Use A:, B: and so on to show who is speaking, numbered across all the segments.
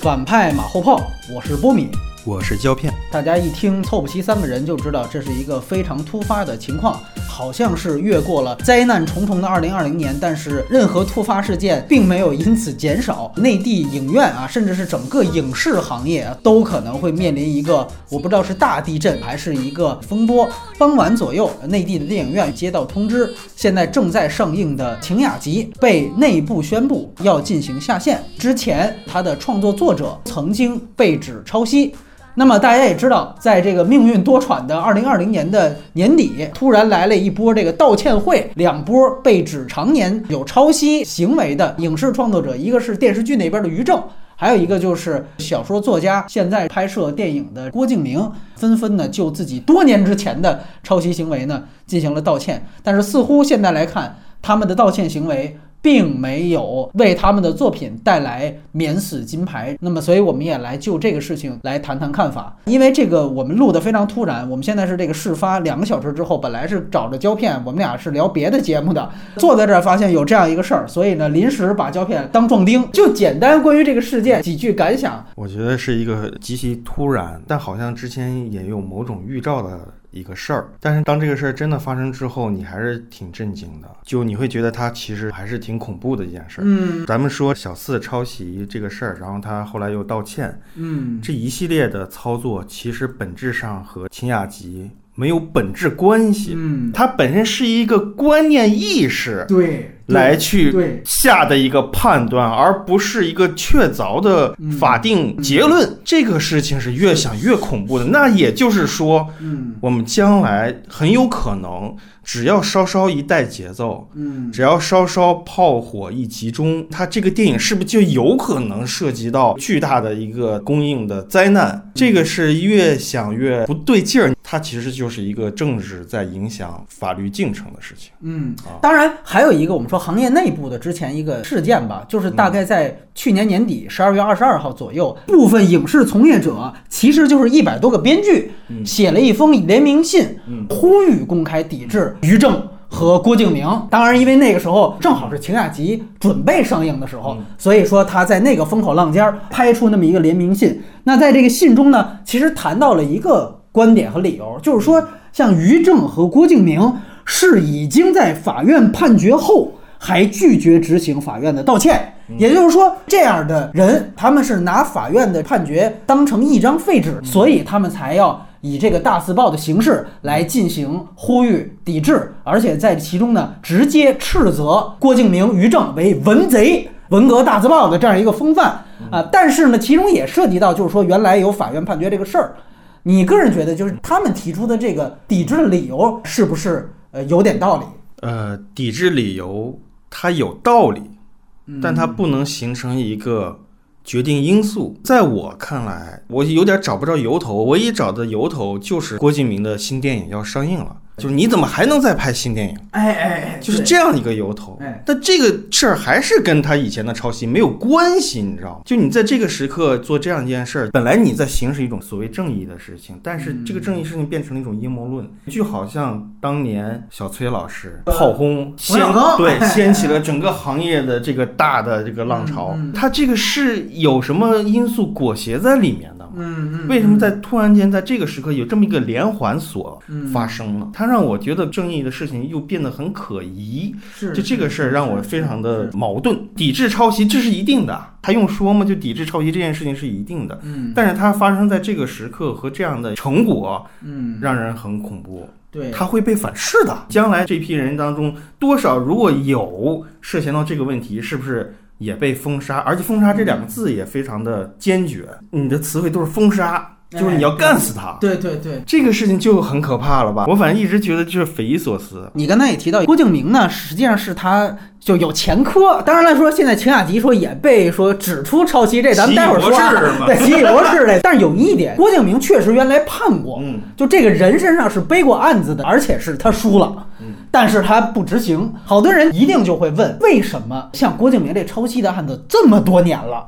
A: 反派马后炮，我是波米。
B: 我是胶片，
A: 大家一听凑不齐三个人就知道这是一个非常突发的情况，好像是越过了灾难重重的2020年，但是任何突发事件并没有因此减少。内地影院啊，甚至是整个影视行业啊都可能会面临一个我不知道是大地震还是一个风波。傍晚左右，内地的电影院接到通知，现在正在上映的《晴雅集》被内部宣布要进行下线。之前，它的创作作者曾经被指抄袭。那么大家也知道，在这个命运多舛的二零二零年的年底，突然来了一波这个道歉会，两波被指常年有抄袭行为的影视创作者，一个是电视剧那边的于正，还有一个就是小说作家，现在拍摄电影的郭敬明，纷纷呢就自己多年之前的抄袭行为呢进行了道歉。但是似乎现在来看，他们的道歉行为并没有为他们的作品带来免死金牌。那么，所以我们也来就这个事情来谈谈看法。因为这个我们录的非常突然，我们现在是这个事发两个小时之后，本来是找着胶片，我们俩是聊别的节目的，坐在这儿发现有这样一个事儿，所以呢，临时把胶片当壮丁，就简单关于这个事件几句感想。
B: 我觉得是一个极其突然，但好像之前也有某种预兆的一个事儿。但是当这个事儿真的发生之后，你还是挺震惊的，就你会觉得它其实还是挺恐怖的一件事儿。
A: 嗯
B: 咱们说小四抄袭这个事儿，然后他后来又道歉，
A: 嗯，
B: 这一系列的操作其实本质上和秦雅集没有本质关系，
A: 嗯，
B: 它本身是一个观念意识
A: 对，
B: 来去
A: 对
B: 下的一个判断，而不是一个确凿的法定结论。这个事情是越想越恐怖的。那也就是说，
A: 嗯
B: 我们将来很有可能，只要稍稍一带节奏，
A: 嗯，
B: 只要稍稍炮火一集中，它这个电影是不是就有可能涉及到巨大的一个供应的灾难？这个是越想越不对劲儿。它其实就是一个政治在影响法律进程的事情。
A: 嗯
B: 啊，
A: 当然还有一个我们说行业内部的之前一个事件吧，就是大概在去年年底十二月二十二号左右，部分影视从业者其实就是一百多个编剧
B: 嗯
A: 写了一封联名信
B: 嗯，
A: 呼吁公开抵制于正。和郭敬明，当然，因为那个时候正好是《晴雅集》准备上映的时候
B: 嗯，
A: 所以说他在那个风口浪尖儿拍出那么一个联名信。那在这个信中呢，其实谈到了一个观点和理由，就是说，像于正和郭敬明是已经在法院判决后还拒绝执行法院的道歉。也就是说，这样的人，他们是拿法院的判决当成一张废纸，所以他们才要以这个大字报的形式来进行呼吁抵制，而且在其中呢，直接斥责郭敬明、于正为文贼、文革大字报的这样一个风范啊、但是呢，其中也涉及到，就是说原来有法院判决这个事儿，你个人觉得就是他们提出的这个抵制的理由是不是呃有点道理？
B: 呃，抵制理由它有道理，但它不能形成一个决定因素。在我看来，我有点找不着由头。唯一找的由头就是郭敬明的新电影要上映了，就是你怎么还能再拍新电影？
A: 哎哎哎
B: 就是这样一个由头
A: 哎。
B: 但这个事儿还是跟他以前的抄袭没有关系，你知道吗？就你在这个时刻做这样一件事儿，本来你在行使一种所谓正义的事情，但是
A: 嗯
B: 这个正义事情变成了一种阴谋论，就好像当年小崔老师炮轰
A: 冯
B: 掀
A: 呃小刚
B: 对
A: 哎
B: 掀起了整个行业的这个大的这个浪潮
A: 嗯嗯，
B: 他这个是有什么因素裹挟在里面的吗？
A: 嗯嗯，
B: 为什么在突然间在这个时刻有这么一个连环锁
A: 嗯
B: 发生了？它让我觉得正义的事情又变得很可疑，
A: 是
B: 就这个事儿让我非常的矛盾。抵制抄袭这是一定的，他用说吗？就抵制抄袭这件事情是一定的，
A: 嗯
B: 但是它发生在这个时刻和这样的成果，
A: 嗯
B: 让人很恐怖。
A: 对
B: 他会被反噬的。将来这批人当中，多少如果有涉嫌到这个问题，是不是也被封杀？而且“封杀”这两个字也非常的坚决，
A: 嗯
B: 你的词汇都是封杀，就是你要干死他。
A: 对对对。
B: 这个事情就很可怕了吧？我反正一直觉得就是匪夷所思。
A: 你刚才也提到郭敬明呢，实际上是他就有前科。当然来说，现在秦雅集说也被说指出抄袭，这咱们待会儿说、
B: 奇异博士
A: 啊。
B: 嘛
A: 对，奇异博士这，但是有一点，郭敬明确实原来判过，
B: 嗯，
A: 就这个人身上是背过案子的，而且是他输了，
B: 嗯
A: 但是他不执行。好多人一定就会问，为什么像郭敬明
B: 嗯
A: 这抄袭的案子这么多年了，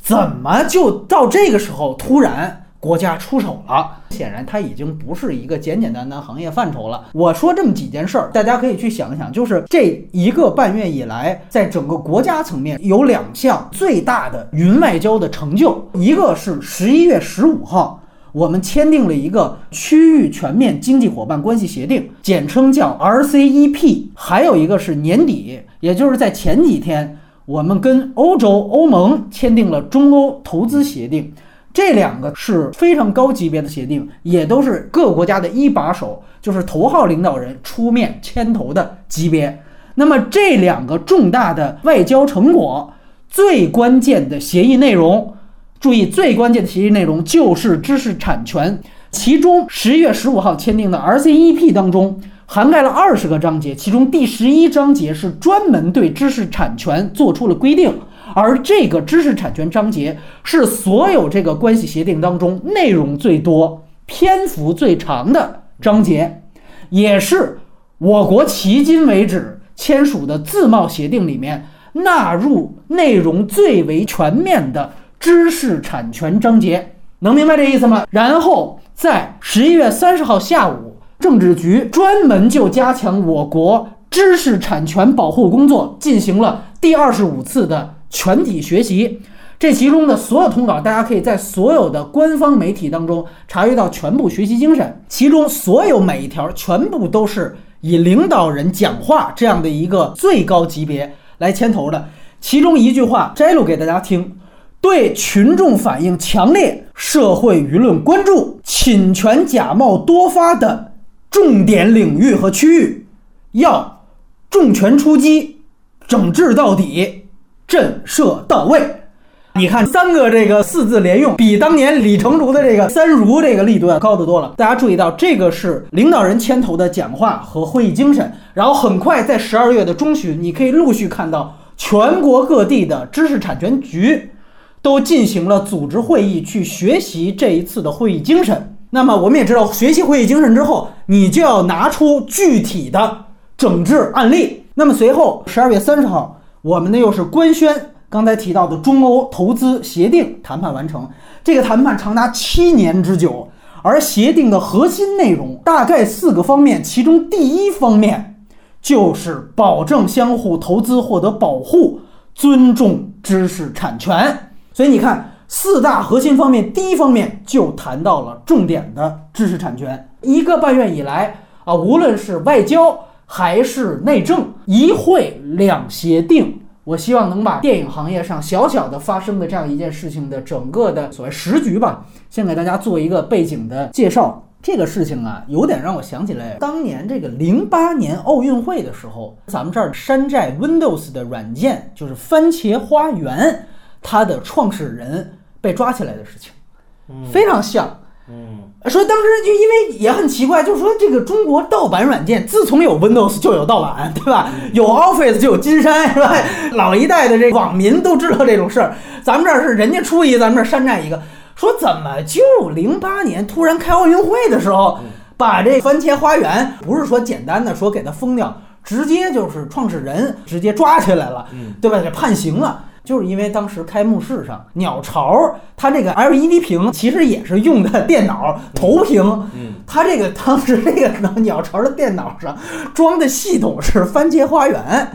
A: 怎么就到这个时候突然？国家出手了，显然它已经不是一个简简单单行业范畴了。我说这么几件事儿，大家可以去想一想，就是这一个半月以来，在整个国家层面有两项最大的云外交的成就，一个是十一月十五号。我们签订了一个区域全面经济伙伴关系协定，简称叫 RCEP。还有一个是年底，也就是在前几天，我们跟欧洲欧盟签订了中欧投资协定。这两个是非常高级别的协定，也都是各国家的一把手，就是头号领导人出面牵头的级别。那么这两个重大的外交成果，最关键的协议内容。注意，最关键的协议内容就是知识产权，其中十月十五号签订的 RCEP 当中涵盖了二十个章节，其中第十一章节是专门对知识产权做出了规定，而这个知识产权章节是所有这个关系协定当中内容最多、篇幅最长的章节，也是我国迄今为止签署的自贸协定里面纳入内容最为全面的。知识产权章节，能明白这意思吗？然后在十一月三十号下午，政治局专门就加强我国知识产权保护工作进行了第二十五次的全体学习。这其中的所有通稿，大家可以在所有的官方媒体当中查阅到全部学习精神。其中所有每一条全部都是以领导人讲话这样的一个最高级别来牵头的。其中一句话摘录给大家听。对群众反映强烈，社会舆论关注侵权假冒多发的重点领域和区域，要重拳出击，整治到底，震慑到位。你看，三个这个四字连用，比当年李成儒的这个“三如”这个力度要高得多了。大家注意到，这个是领导人牵头的讲话和会议精神。然后很快，在十二月的中旬，你可以陆续看到全国各地的知识产权局。都进行了组织会议，去学习这一次的会议精神。那么我们也知道，学习会议精神之后，你就要拿出具体的整治案例。那么随后，十二月三十号，我们呢又是官宣刚才提到的中欧投资协定谈判完成。这个谈判长达七年之久，而协定的核心内容大概四个方面，其中第一方面就是保证相互投资获得保护，尊重知识产权。所以你看，四大核心方面，第一方面就谈到了重点的知识产权。一个半月以来啊，无论是外交还是内政，一会两协定，我希望能把电影行业上小小的发生的这样一件事情的整个的所谓时局吧，先给大家做一个背景的介绍。这个事情啊，有点让我想起来当年这个零八年奥运会的时候，咱们这儿山寨 Windows 的软件就是番茄花园。他的创始人被抓起来的事情，非常像。
B: 嗯，
A: 说当时就因为也很奇怪，就说这个中国盗版软件，自从有 Windows 就有盗版，对吧？有 Office 就有金山，是吧？老一代的这网民都知道这种事儿。咱们这儿是人家出一，咱们这儿山寨一个。说怎么就零八年突然开奥运会的时候，把这番茄花园不是说简单的说给它封掉，直接就是创始人直接抓起来了，对吧？给判刑了。就是因为当时开幕式上，鸟巢它这个 LED 屏其实也是用的电脑投屏，它这个当时这个鸟巢的电脑上装的系统是番茄花园。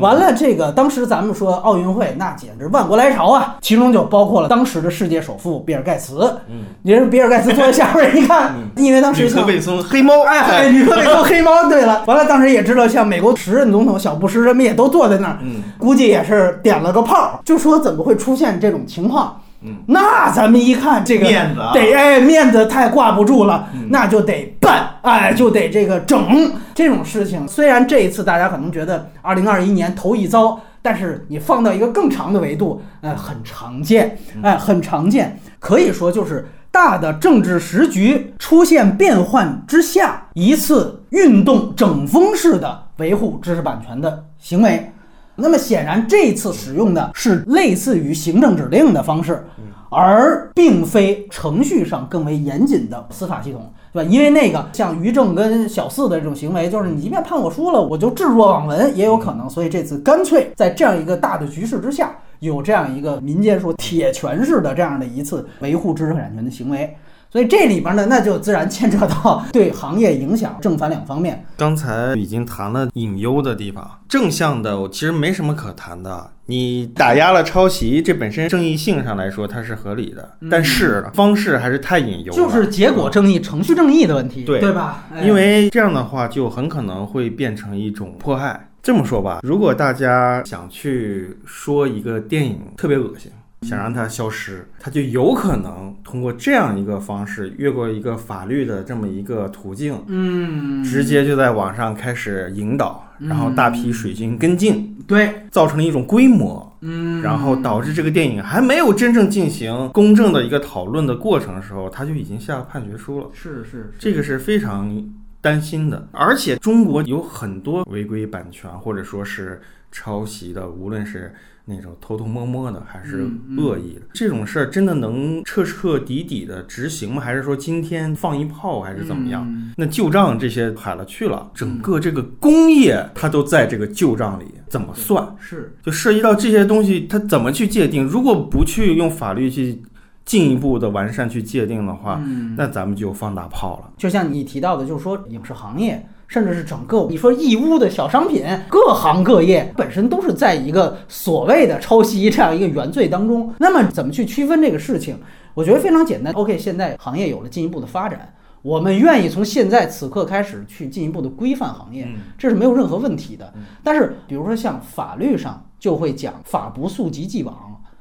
A: 完了，这个当时咱们说奥运会，那简直万国来朝啊，其中就包括了当时的世界首富比尔盖茨。
B: 嗯，
A: 你说比尔盖茨坐在下边一看，因为当时
B: 吕
A: 像
B: 克贝松黑猫，
A: 哎，你说那 个黑猫，对了，完了，当时也知道，像美国时任总统小布什什么也都坐在那儿，
B: 嗯，
A: 估计也是点了个炮，就说怎么会出现这种情况。
B: 嗯，
A: 那咱们一看这个
B: 面子啊嗯
A: 得哎面子太挂不住了，那就得办，哎就得这个整这种事情。虽然这一次大家可能觉得二零二一年头一遭，但是你放到一个更长的维度，哎很常见，
B: 嗯
A: 哎很常见，可以说就是大的政治时局出现变幻之下，一次运动整风式的维护知识版权的行为。那么显然，这次使用的是类似于行政指令的方式，
B: 嗯
A: 而并非程序上更为严谨的司法系统，对吧？因为那个像于正跟小四的这种行为，就是你即便判我输了，我就置若罔闻也有可能。所以这次干脆在这样一个大的局势之下，有这样一个民间说铁拳式的这样的一次维护知识产权的行为。所以这里边呢，那就自然牵扯到对行业影响正反两方面。
B: 刚才已经谈了隐忧的地方，正向的我其实没什么可谈的。你打压了抄袭，这本身正义性上来说它是合理的，但是呢方式还是太隐忧
A: 嗯
B: 了。
A: 就是结果正义、程序正义的问题，
B: 对
A: 对吧？哎
B: 因为这样的话就很可能会变成一种迫害。这么说吧，如果大家想去说一个电影特别恶心，想让它消失，它就有可能通过这样一个方式，越过一个法律的这么一个途径，
A: 嗯，
B: 直接就在网上开始引导，然后大批水军跟进，
A: 对，
B: 造成了一种规模。
A: 嗯，
B: 然后导致这个电影还没有真正进行公正的一个讨论的过程的时候，他就已经下判决书了。
A: 是是
B: 这个是非常担心的。而且中国有很多违规版权或者说是抄袭的，无论是那种偷偷摸摸的，还是
A: 嗯嗯
B: 恶意的，这种事儿真的能彻彻底底的执行吗？还是说今天放一炮，还是怎么样？
A: 嗯
B: 那旧账这些海了去了，整个这个工业它都在这个旧账里，怎么算？
A: 是
B: 就涉及到这些东西，它怎么去界定？如果不去用法律去进一步的完善去界定的话，
A: 嗯，
B: 那咱们就放大炮了。
A: 就像你提到的，就是说影视行业，甚至是整个你说义乌的小商品，各行各业本身都是在一个所谓的抄袭这样一个原罪当中。那么怎么去区分这个事情？我觉得非常简单。OK，现
B: 嗯
A: 在行业有了进一步的发展，我们愿意从现在此刻开始去进一步的规范行
B: 嗯
A: 业，这是没有任何问题的。但是比如说像法律上就会讲法不溯及既往。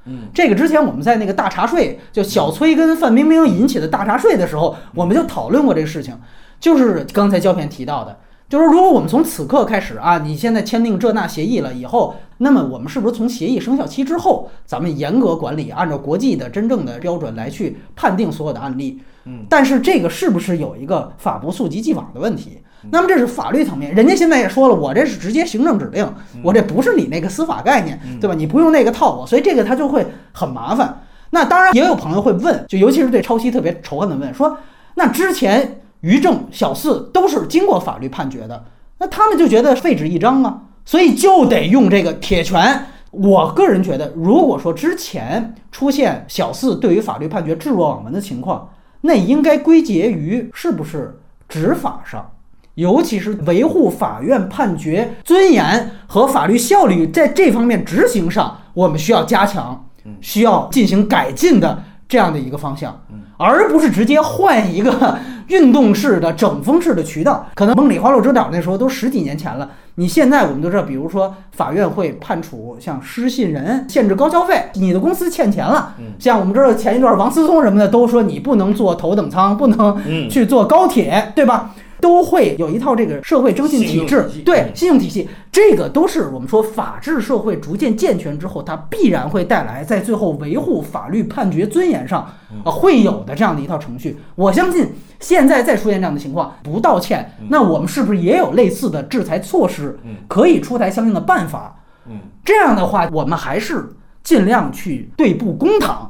B: 嗯，
A: 这个之前我们在那个大茶税，就小崔跟范冰冰引起的大茶税的时候，我们就讨论过这个事情，就是刚才胶片提到的，就是如果我们从此刻开始啊，你现在签订这那协议了以后，那么我们是不是从协议生效期之后，咱们严格管理，按照国际的真正的标准来去判定所有的案例？
B: 嗯，
A: 但是这个是不是有一个法不溯及既往的问题？那么这是法律层面，人家现在也说了，我这是直接行政指令，我这不是你那个司法概念，对吧？你不用那个套我，所以这个它就会很麻烦。那当然也有朋友会问，就尤其是对抄袭特别仇恨的问说，那之前于正、小四都是经过法律判决的，那他们就觉得废纸一张啊，所以就得用这个铁拳。我个人觉得，如果说之前出现小四对于法律判决置若罔闻的情况，那应该归结于是不是执法上，尤其是维护法院判决尊严和法律效率在这方面执行上，我们需要加强，需要进行改进的这样的一个方向，而不是直接换一个运动式的整风式的渠道。可能梦里花落知了那时候都十几年前了，你现在我们都知道，比如说法院会判处像失信人限制高消费，你的公司欠钱了，像我们知道前一段王思聪什么的都说你不能坐头等舱，不能
B: 嗯
A: 去坐高铁，对吧？都会有一套这个社会征信体
B: 信
A: 制
B: 用体系，
A: 对信用体系，这个都是我们说法治社会逐渐健全之后，它必然会带来在最后维护法律判决尊严上
B: 嗯
A: 啊会有的这样的一套程序。我相信现在再出现这样的情况，不道歉，那我们是不是也有类似的制裁措施
B: 嗯，
A: 可以出台相应的办法？
B: 嗯，
A: 这样的话，我们还是尽量去对簿公堂。
B: 嗯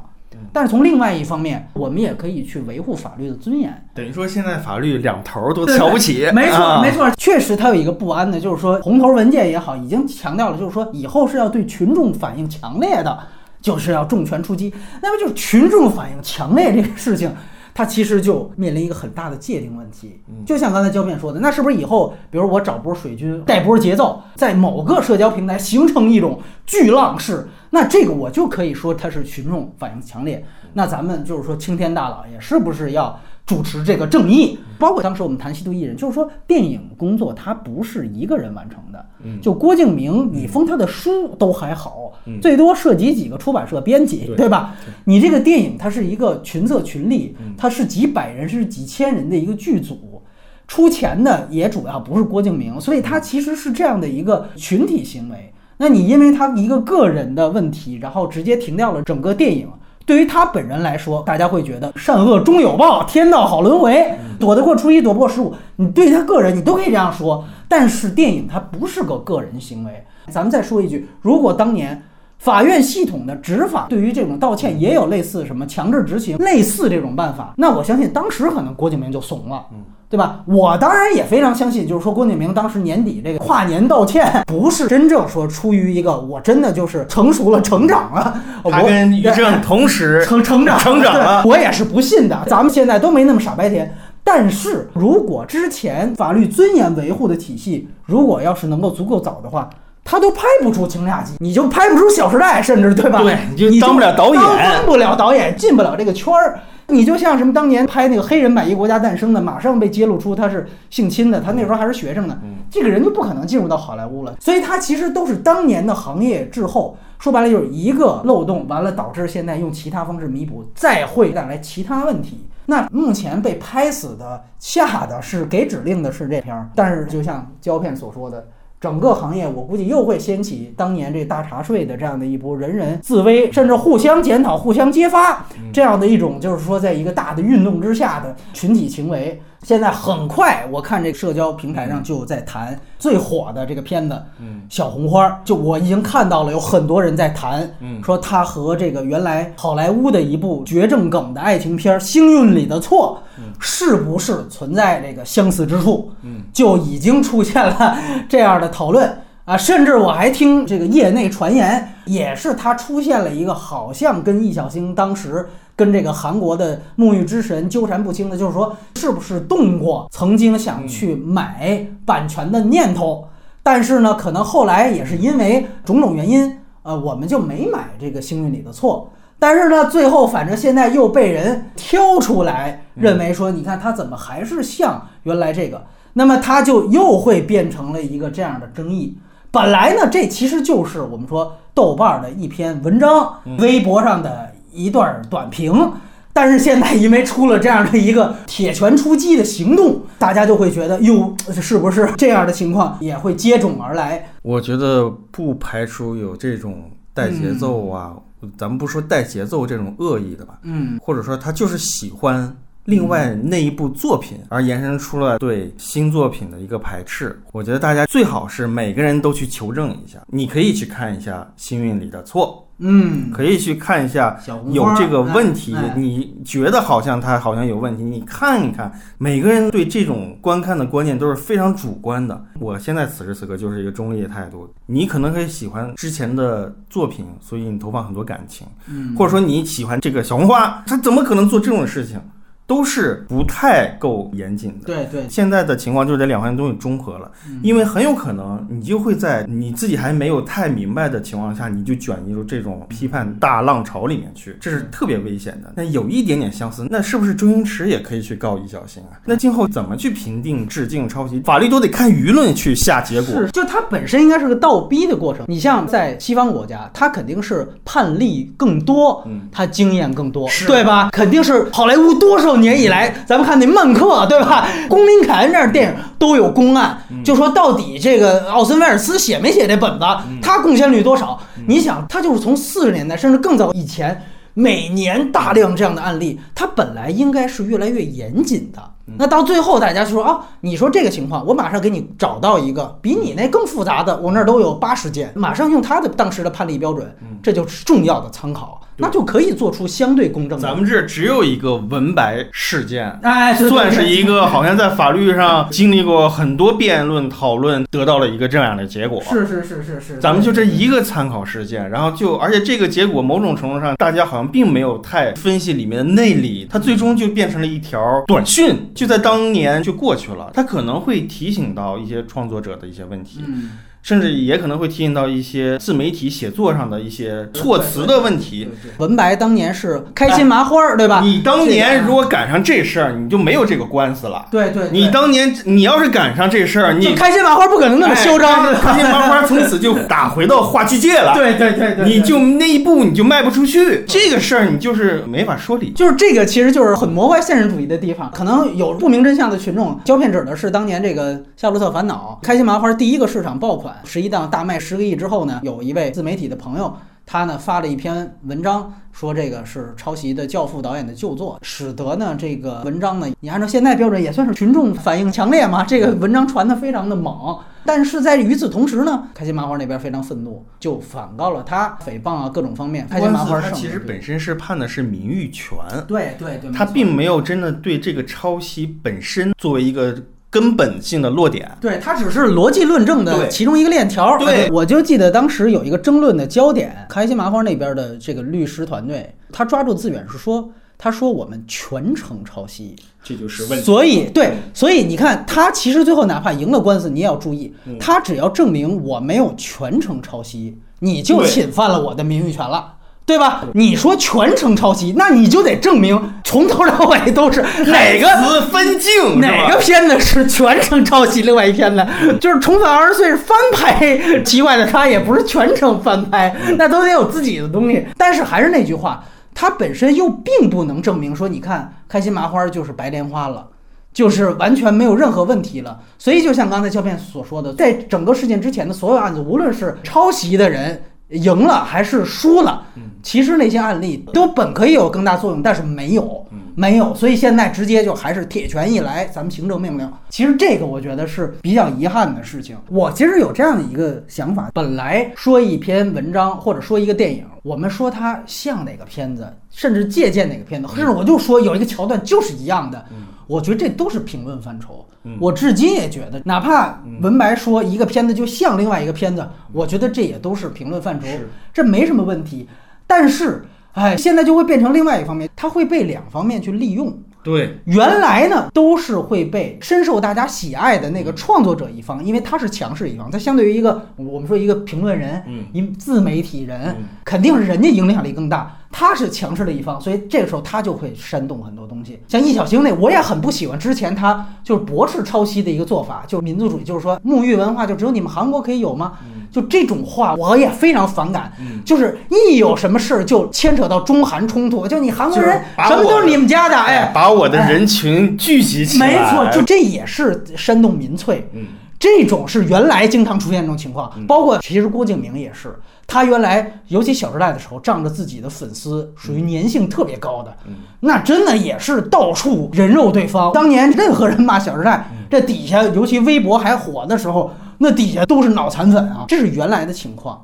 A: 但是从另外一方面，我们也可以去维护法律的尊严。
B: 等于说现在法律两头都瞧不起，
A: 没错，
B: 啊
A: 没。错，确实它有一个不安的，就是说红头文件也好，已经强调了，就是说以后是要对群众反应强烈的，就是要重拳出击。那么就是群众反应强烈这个事情。它其实就面临一个很大的界定问题，
B: 嗯
A: 就像刚才胶片说的，那是不是以后，比如我找波水军带波节奏，在某个社交平台形成一种巨浪式，那这个我就可以说它是群众反应强烈。那咱们就是说，青天大老爷是不是要主持这个正义，包括当时我们谈吸毒艺人，就是说电影工作它不是一个人完成的。就郭敬明，你封他的书都还好，最多涉及几个出版社编辑，
B: 对
A: 对吧？你这个电影它是一个群策群力，它是几百人甚至几千人的一个剧组。出钱的也主要不是郭敬明，所以他其实是这样的一个群体行为。那你因为他一个个人的问题，然后直接停掉了整个电影，对于他本人来说，大家会觉得善恶终有报，天道好轮回，躲得过初一，躲不过十五。你对于他个人，你都可以这样说，但是电影它不是个个人行为。咱们再说一句，如果当年法院系统的执法对于这种道歉
B: 嗯
A: 也有类似什么强制执行、类似这种办法，那我相信当时可能郭敬明就怂了，对吧？我当然也非常相信，就是说郭敬明当时年底这个跨年道歉，不是真正说出于一个我真的就是成熟了、成长了，我哎
B: 他跟于正同时
A: 成成长
B: 成长了
A: 对我也是不信的。咱们现在都没那么傻白甜。但是如果之前法律尊严维护的体系，如果要是能够足够早的话，他都拍不出《情杀集》，你就拍不出《小时代》，甚至对吧？
B: 对
A: 你
B: 你就当不了导演
A: 当当不了导演，进不了这个圈儿。你就像什么当年拍那个黑人满意国家诞生的，马上被揭露出他是性侵的，他那时候还是学生呢，
B: 嗯
A: 这个人就不可能进入到好莱坞了。所以他其实都是当年的行业滞后，说白了就是一个漏洞，完了导致现在用其他方式弥补，再会带来其他问题。那目前被拍死的、下的是给指令的是这片儿，但是就像胶片所说的，整个行业，我估计又会掀起当年这大茶税的这样的一波人人自危，甚至互相检讨、互相揭发
B: 嗯
A: 这样的一种，就是说在一个大的运动之下的群体行为。现在很快，我看这社交平台上就有在谈最火的这个片子，
B: 嗯，
A: 小红花儿，就我已经看到了有很多人在谈，
B: 嗯
A: 说它和这个原来好莱坞的一部绝症梗的爱情片儿《星运里的错》是不是存在这个相似之处？
B: 嗯，
A: 就已经出现了这样的讨论啊，甚至我还听这个业内传言，也是它出现了一个好像跟易小星当时。跟这个韩国的沐浴之神纠缠不清的，就是说，是不是动过曾经想去买版权的念头？但是呢，可能后来也是因为种种原因，呃，我们就没买这个《幸运里的错》。但是呢，最后反正现在又被人挑出来，认为说，你看他怎么还是像原来这个，那么他就又会变成了一个这样的争议。本来呢，这其实就是我们说豆瓣儿的一篇文章，
B: 嗯
A: 微博上的一段儿短评。但是现在因为出了这样的一个铁拳出击的行动，大家就会觉得，哟，是不是这样的情况也会接踵而来？
B: 我觉得不排除有这种带
A: 嗯
B: 节奏啊，咱们不说带节奏这种恶意的吧，
A: 嗯，
B: 或者说他就是喜欢另外那一部作品，而延伸出了对新作品的一个排斥。我觉得大家最好是每个人都去求证一下，你可以去看一下《幸运里的错》，
A: 嗯，
B: 可以去看一下
A: 小红
B: 有
A: 花
B: 这个问题
A: 哎，哎
B: 你觉得好像它好像有问题，你看一看，每个人对这种观看的观念都是非常主观的。我现在此时此刻就是一个中立的态度，你可能可以喜欢之前的作品，所以你投放很多感情，
A: 嗯
B: 或者说你喜欢这个小红花，他怎么可能做这种事情？都是不太够严谨的。
A: 对对，
B: 现在的情况就是这两方面东西中和了，因为很有可能你就会在你自己还没有太明白的情况下，你就卷入这种批判大浪潮里面去，这是特别危险的。那有一点点相似，那是不是周星驰也可以去告易小星啊？那今后怎么去评定致敬、抄袭？法律都得看舆论去下结果。
A: 是，就它本身应该是个倒逼的过程。你像在西方国家，它肯定是判例更多
B: 嗯，
A: 它经验更多，
B: 是
A: 对吧？肯定是好莱坞多少年以来，咱们看那曼克，对 吧？公林凯恩这样的电影都有公案，
B: 嗯
A: 就说到底这个奥森威尔斯写没写这本子，
B: 嗯
A: 他贡献率多少？你想，他就是从四十年代甚至更早以前。每年大量这样的案例，它本来应该是越来越严谨的。
B: 嗯
A: 那到最后，大家说啊，你说这个情况，我马上给你找到一个比你那更复杂的，我那儿都有八十件，马上用他的当时的判例标准，
B: 嗯
A: 这就是重要的参考，那就可以做出相对公正的。
B: 咱们这只有一个文白事件，
A: 哎，对对
B: 算
A: 对
B: 是一个好像在法律上经历过很多辩论讨论，得到了一个这样的结果。
A: 是是是是是，
B: 咱们就这一个参考事件，然后就而且这个结果某种程度上，大家好像并没有太分析里面的内里，它最终就变成了一条短讯，就在当年就过去了。它可能会提醒到一些创作者的一些问题，
A: 嗯。
B: 甚至也可能会提醒到一些自媒体写作上的一些措辞的问题。
A: 文白当年是开心麻花儿，对吧？
B: 哎你当
A: 这
B: 年
A: 个
B: 如果赶上这事儿，你就没有这个官司了。
A: 对对，对
B: 你当年你要是赶上这事儿，
A: 就
B: 你
A: 开心麻花儿不可能那么嚣张，
B: 哎开心麻花从此就打回到话剧界了。
A: 对对对对，
B: 你就那一步你就迈不出去，这个事儿你就是没法说理。
A: 就是这个，其实就是很魔幻现实主义的地方。可能有不明真相的群众，胶片指的是当年这个《夏洛特烦恼》开心麻花第一个市场爆款，十一档大卖十个亿之后呢，有一位自媒体的朋友。他呢发了一篇文章，说这个是抄袭的《教父》导演的旧作，使得呢这个文章呢，你按照现在标准也算是群众反应强烈嘛，这个文章传得非常的猛。但是在与此同时呢，开心麻花那边非常愤怒，就反告了他诽谤啊各种方面。开心
B: 官
A: 麻
B: 司
A: 花
B: 它
A: 胜
B: 其
A: 了
B: 实
A: 这个
B: 本身是判的是名誉权，
A: 对对对，
B: 它
A: 没错
B: 并没有真的对这个抄袭本身作为一个根本性的落点。
A: 对，它只是逻辑论证的
B: 对
A: 其中一个链条。
B: 对
A: 哎我就记得当时有一个争论的焦点，开心麻花那边的这个律师团队，他抓住字眼是说，他说我们全程抄袭，
C: 这就是问题。嗯
A: 所以对，所以你看，他其实最后哪怕赢了官司，你也要注意，
C: 嗯
A: 他只要证明我没有全程抄袭，你就
C: 对
A: 侵犯了我的名誉权了。对吧？你说全程抄袭，那你就得证明从头到尾都 是哪个
B: 词分镜
A: 哪个？片子是全程抄袭另外一片子？就是《重返二十岁》是翻拍，奇怪的他也不是全程翻拍，那都得有自己的东西。但是还是那句话，它本身又并不能证明说，你看开心麻花就是白莲花了。就是完全没有任何问题了，所以就像刚才胶片所说的，在整个事件之前的所有案子，无论是抄袭的人赢了还是输了，其实那些案例都本可以有更大作用，但是没有，没有，所以现在直接就还是铁拳一来，咱们行政命令。其实这个我觉得是比较遗憾的事情。我其实有这样的一个想法，本来说一篇文章或者说一个电影，我们说它像哪个片子，甚至借鉴哪个片子，甚至我就说有一个桥段就是一样的，我觉得这都是评论范畴。我至今也觉得，哪怕文白说一个片子就像另外一个片子，我觉得这也都是评论范畴
C: 是，
A: 这没什么问题。但是，哎，现在就会变成另外一方面，它会被两方面去利用。
B: 对，
A: 原来呢，都是会被深受大家喜爱的那个创作者一方，因为他是强势一方，他相对于一个我们说一个评论人，
B: 嗯，
A: 一自媒体人
B: 嗯，
A: 肯定是人家影响力更大，他是强势的一方，所以这个时候他就会煽动很多东西。像易小星那，我也很不喜欢之前他就是驳斥抄袭的一个做法，就是民族主义，就是说沐浴文化就只有你们韩国可以有吗？
B: 嗯
A: 就这种话，我也非常反感。就是一有什么事儿就牵扯到中韩冲突，就你韩国人
B: 就是把
A: 什么都
B: 我
A: 是你们家的，哎，
B: 把我的人群聚集起来，
A: 没错，就这也是煽动民粹。
B: 嗯，
A: 这种是原来经常出现这种情况，包括其实郭敬明也是，他原来尤其《小时代》的时候，仗着自己的粉丝属于粘性特别高的，
B: 嗯
A: 那真的也是到处人肉对方。当年任何人骂《小时代》，
B: 嗯
A: 这底下尤其微博还火的时候，那底下都是脑残粉啊，这是原来的情况。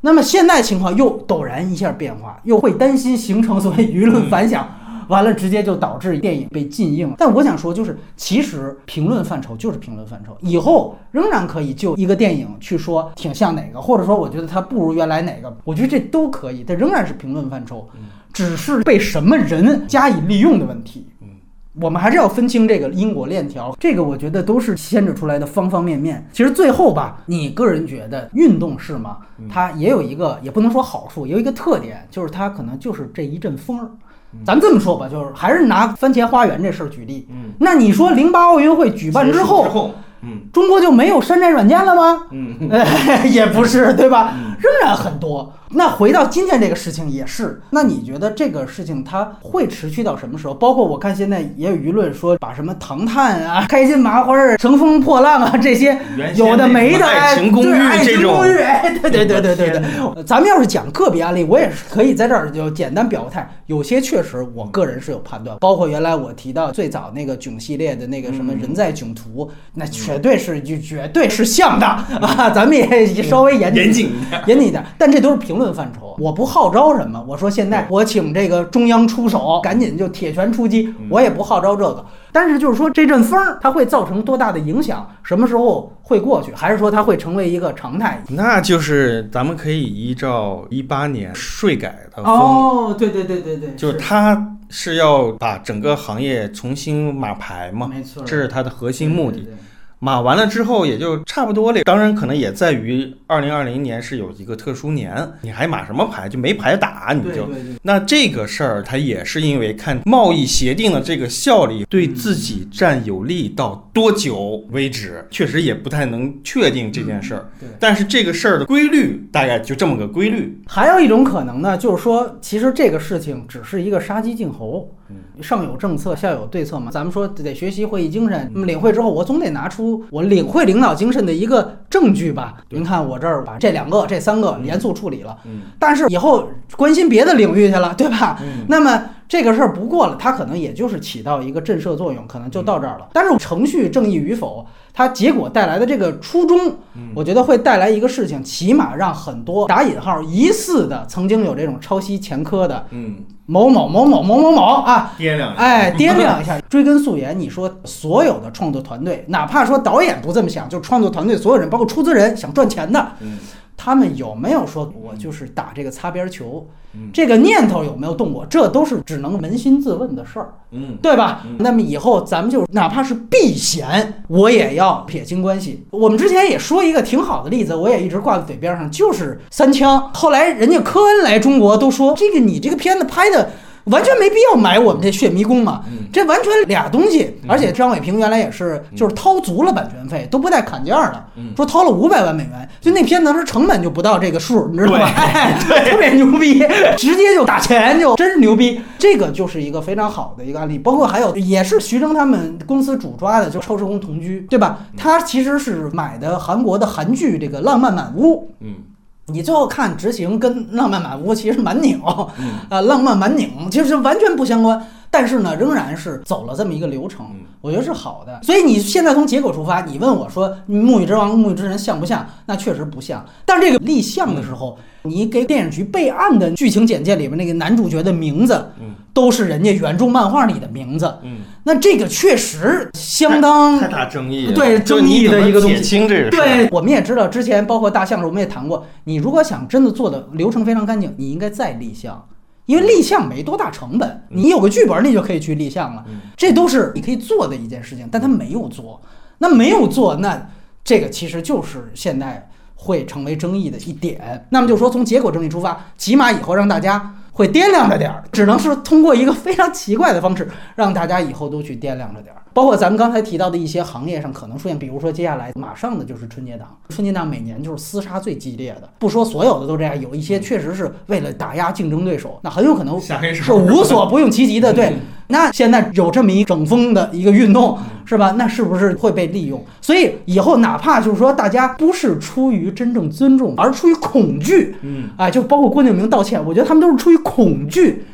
A: 那么现在情况又陡然一下变化，又会担心形成所谓舆论反响，完了直接就导致电影被禁映。但我想说，就是其实评论范畴就是评论范畴，以后仍然可以就一个电影去说挺像哪个，或者说我觉得它不如原来哪个，我觉得这都可以，它仍然是评论范畴，只是被什么人加以利用的问题。我们还是要分清这个因果链条，这个我觉得都是牵扯出来的方方面面。其实最后吧，你个人觉得运动是吗？它也有一个，也不能说好处，也有一个特点，就是它可能就是这一阵风儿。咱这么说吧，就是还是拿番茄花园这事儿举例。
B: 嗯，
A: 那你说零八奥运会举办之后，
B: 嗯
A: 中国就没有山寨软件了吗？
B: 嗯，
A: 呃， 也不是，对吧？仍然很多。那回到今天这个事情也是，那你觉得这个事情它会持续到什么时候？包括我看现在也有舆论说，把什么唐探啊、开心麻花儿、乘风破浪啊这些
B: 原先
A: 有的没的，
B: 那
A: 哎
B: 什么爱情公寓
A: 对爱情
B: 这种
A: 公寓，哎， 对对对对对对
B: 我的天。
A: 呃咱们要是讲个别案例，我也是可以在这儿就简单表个态，有些确实我个人是有判断，包括原来我提到最早那个囧系列的那个什么
B: 嗯
A: 人在囧途，那绝对是就绝对是像的
B: 嗯
A: 啊，咱们也稍微严
C: 严谨，
A: 严谨一点，但这都是评论范畴，我不号召什么。我说现在我请这个中央出手，赶紧就铁拳出击，
B: 嗯
A: 我也不号召这个。但是就是说这阵风儿它会造成多大的影响，什么时候会过去，还是说它会成为一个常态？
B: 那就是咱们可以依照一八年税改的风，
A: 哦，对对对对对，
B: 就是它是要把整个行业重新码牌嘛，
A: 没错，
B: 这是它的核心目的。
A: 对。对对
B: 码完了之后也就差不多了，当然可能也在于二零二零年是有一个特殊年，你还码什么牌就没牌打，你
A: 对
B: 就
A: 对对对
B: 那这个事儿，它也是因为看贸易协定的这个效力对自己占有利到多久为止，确实也不太能确定这件事儿。
A: 嗯对
B: 但是这个事儿的规律大概就这么个规律。
A: 还有一种可能呢，就是说，其实这个事情只是一个杀鸡儆猴。上有政策，下有对策嘛。咱们说得学习会议精神，那么领会之后，我总得拿出出我领会领导精神的一个证据吧。您看我这儿把这两个、这三个严肃处理了，
B: 嗯
A: 但是以后关心别的领域去了，对吧？
B: 嗯
A: 那么这个事儿不过了，它可能也就是起到一个震慑作用，可能就到这儿了。
B: 嗯
A: 但是程序正义与否，它结果带来的这个初衷，
B: 嗯
A: 我觉得会带来一个事情，起码让很多打引号疑似的曾经有这种抄袭前科的
B: 嗯，
A: 某某某某某某某啊，
B: 掂量一下，
A: 哎，掂量一 下，追根溯源，你说所有的创作团队，哪怕说导演不这么想，就创作团队所有人，包括出资人想赚钱的，
B: 嗯
A: 他们有没有说我就是打这个擦边球，
B: 嗯
A: 这个念头有没有动过？这都是只能扪心自问的事儿，
B: 嗯
A: 对吧？
B: 嗯
A: 那么以后咱们就哪怕是避嫌，我也要撇清关系。我们之前也说一个挺好的例子，我也一直挂在嘴边上，就是三枪。后来人家科恩来中国都说，这个你这个片子拍的。完全没必要买我们这血迷宫嘛，
B: 嗯
A: 这完全俩东西，
B: 嗯
A: 而且张伟平原来也是，
B: 嗯
A: 就是掏足了版权费，都不带砍价的，
B: 嗯
A: 说掏了五百万美元，就那片当时成本就不到这个数，你知道吗？哎特别牛逼， 直接就打钱，就真是牛逼。这个就是一个非常好的一个案例，包括还有也是徐峥他们公司主抓的，就超时空同居，对吧？他其实是买的韩国的韩剧这个《浪漫满屋》，
B: 嗯
A: 你最后看执行跟《浪漫满屋》其实蛮拧，啊、
B: 嗯
A: 浪漫蛮拧其实完全不相关，但是呢，仍然是走了这么一个流程
B: 嗯，
A: 我觉得是好的。所以你现在从结果出发，你问我说《沐浴之王》《沐浴之神》像不像？那确实不像。但是这个立项的时候，
B: 嗯
A: 你给电影局备案的剧情简介里面那个男主角的名字，
B: 嗯
A: 都是人家原著漫画里的名字，
B: 嗯，
A: 那这个确实相当
B: 太大争议了，
A: 对
B: 就
A: 争
B: 你
A: 议的
B: 怎么
A: 一个东西
B: 解清这个事儿，
A: 对，我们也知道，之前包括大象时候，我们也谈过，你如果想真的做的流程非常干净，你应该再立项，因为立项没多大成本，你有个剧本，你就可以去立项了
B: 嗯，
A: 这都是你可以做的一件事情，但他没有做，那没有做，那这个其实就是现在会成为争议的一点。那么就说从结果争议出发，起码以后让大家。会掂量着点儿，只能是通过一个非常奇怪的方式，让大家以后都去掂量着点儿。包括咱们刚才提到的一些行业上可能出现，比如说接下来马上的就是春节档，春节档每年就是厮杀最激烈的，不说所有的都这样，有一些确实是为了打压竞争对手，那很有可能
B: 下黑手
A: 是无所不用其极的。对，那现在有这么一整风的一个运动，是吧？那是不是会被利用？所以以后哪怕就是说大家不是出于真正尊重，而是出于恐惧，
B: 嗯
A: 啊，就包括郭敬明道歉，我觉得他们都是出于恐惧。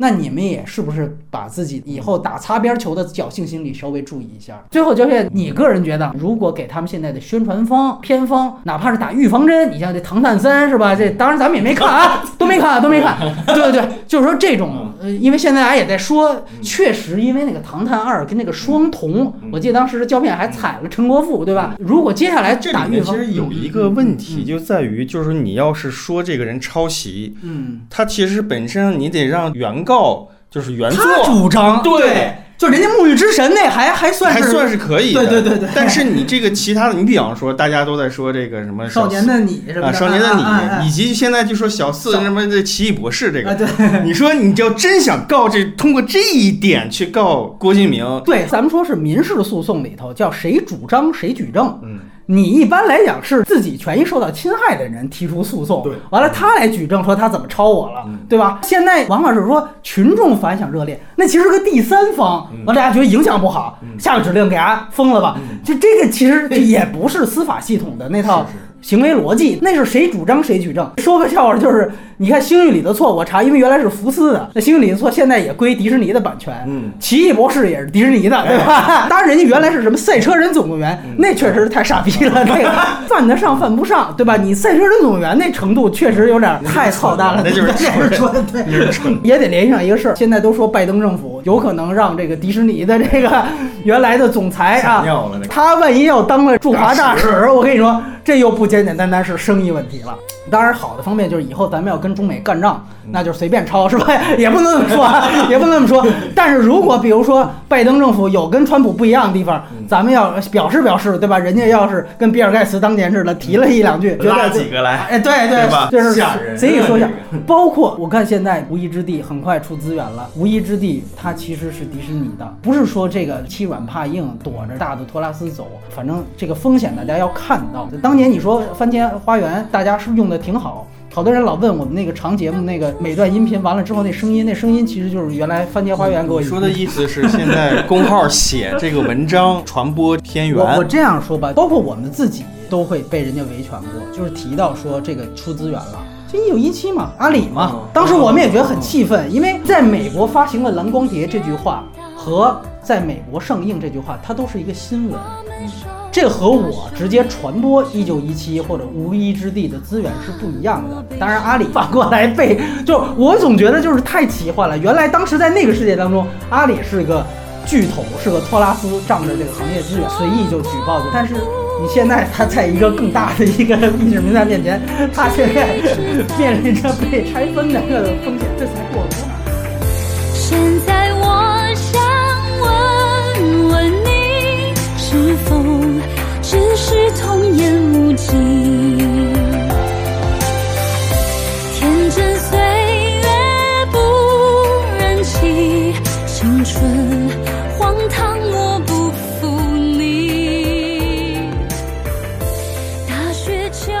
A: 那你们也是不是把自己以后打擦边球的侥幸心理稍微注意一下？最后，教练，你个人觉得，如果给他们现在的宣传方偏方，哪怕是打预防针，你像这《唐探三》是吧？这当然咱们也没看啊，都没看啊，都没 看。对对对，就是说这种，
B: 嗯
A: 呃，因为现在大家也在说，确实因为那个《唐探二》跟那个双瞳
B: 嗯，
A: 我记得当时胶片还采了陈国富，对吧？如果接下来
B: 这
A: 打
B: 里
A: 预
B: 面其
A: 防，嗯
B: 实有一个问题，就在于，就是你要是说这个人抄袭，
A: 嗯，
B: 他其实本身上你得让原告就是原作
A: 他主张
B: 对，
A: 就人家沐浴之神那还还算
B: 还
A: 是
B: 算是可以的，
A: 对对对对
B: 但是你这个其他的，你比方说大家都在说这个什么
A: 少年的你是吧？
B: 啊，少年的你，
A: 啊啊啊
B: 以及现在就说小四
A: 少
B: 什么这奇异博士这个，
A: 啊对
B: 你说你就真想告这，通过这一点去告郭敬明，
A: 对，咱们说是民事诉讼里头叫谁主张谁举证。
B: 嗯，
A: 你一般来讲是自己权益受到侵害的人提出诉讼，
B: 对
A: 完了他来举证说他怎么抄我了，
B: 嗯
A: 对吧？现在往往是说群众反响热烈，那其实是个第三方，
B: 嗯
A: 完了大家觉得影响不好，下个指令给他封了吧。就这个其 实也不是司法系统的那套
B: 是是
A: 行为逻辑，那是谁主张谁举证。说个笑话就是，你看《星域》里的错，我查，因为原来是福斯的，那《星域》里的错现在也归迪士尼的版权，
B: 嗯哎
A: 《奇异博士》也是迪士尼的，对吧？ 当然，人家原来是什么《赛车人总动员》，
B: 嗯
A: 那确实是太傻逼 了，那个犯得上犯不上，对吧？你《赛车人总动员》那程度确实有点太操蛋了，
B: 那就是蠢
A: 蠢，对，也得联系上一个事儿。现在都说拜登政府有可能让这个迪士尼的这个原来的总裁啊
B: 吓，尿了那个
A: 他万一要当了驻华大使，我跟你说，这又不简简单单是生意问题了。
B: 嗯
A: 当然，好的方面就是以后咱们要跟中美干仗，那就随便抄是吧？ 也不能这么说 啊，也不能这么说。
B: 嗯
A: 但是如果比如说拜登政府有跟川普不一样的地方，
B: 嗯
A: 咱们要表示表示，对吧？人家要是跟比尔盖茨当年似的提了一两句，觉
B: 拉
A: 得
B: 几个来，
A: 哎，对
B: 对吧
A: 就是
B: 吓人啊
A: 谁也说一下
B: 这，
A: 包括我看现在《无依之地》很快出资源了，《无依之地》它其实是迪士尼的，不是说这个欺软怕硬，躲着大的托拉斯走，反正这个风险大家要看到。当年你说《番茄花园》，大家是用的挺好。好多人老问我们那个长节目那个每段音频完了之后那声音，那声音其实就是原来番茄花园给我
B: 你说的意思是，现在公号写这个文章传播偏
A: 我我
B: 远，
A: 这样说吧，包括我们自己都会被人家维权过，就是提到说这个出资源了。就一九一七嘛，阿里嘛
B: 嗯，
A: 当时我们也觉得很气愤，因为在美国发行了蓝光碟这句话和在美国上映这句话，它都是一个新闻。这和我直接传播一九一七或者无一之地的资源是不一样的。当然，阿里反过来被就我总觉得就是太奇幻了。原来当时在那个世界当中，阿里是个巨头，是个托拉斯，仗着这个行业资源随意就举报的。但是你现在他在一个更大的一个意识名单面前，他现在面临着被拆分的这个风险，这才过分。啊
C: 现在我想问问你，是否只是童言无忌？天真岁月不忍欺，青春荒唐我不负你。大雪求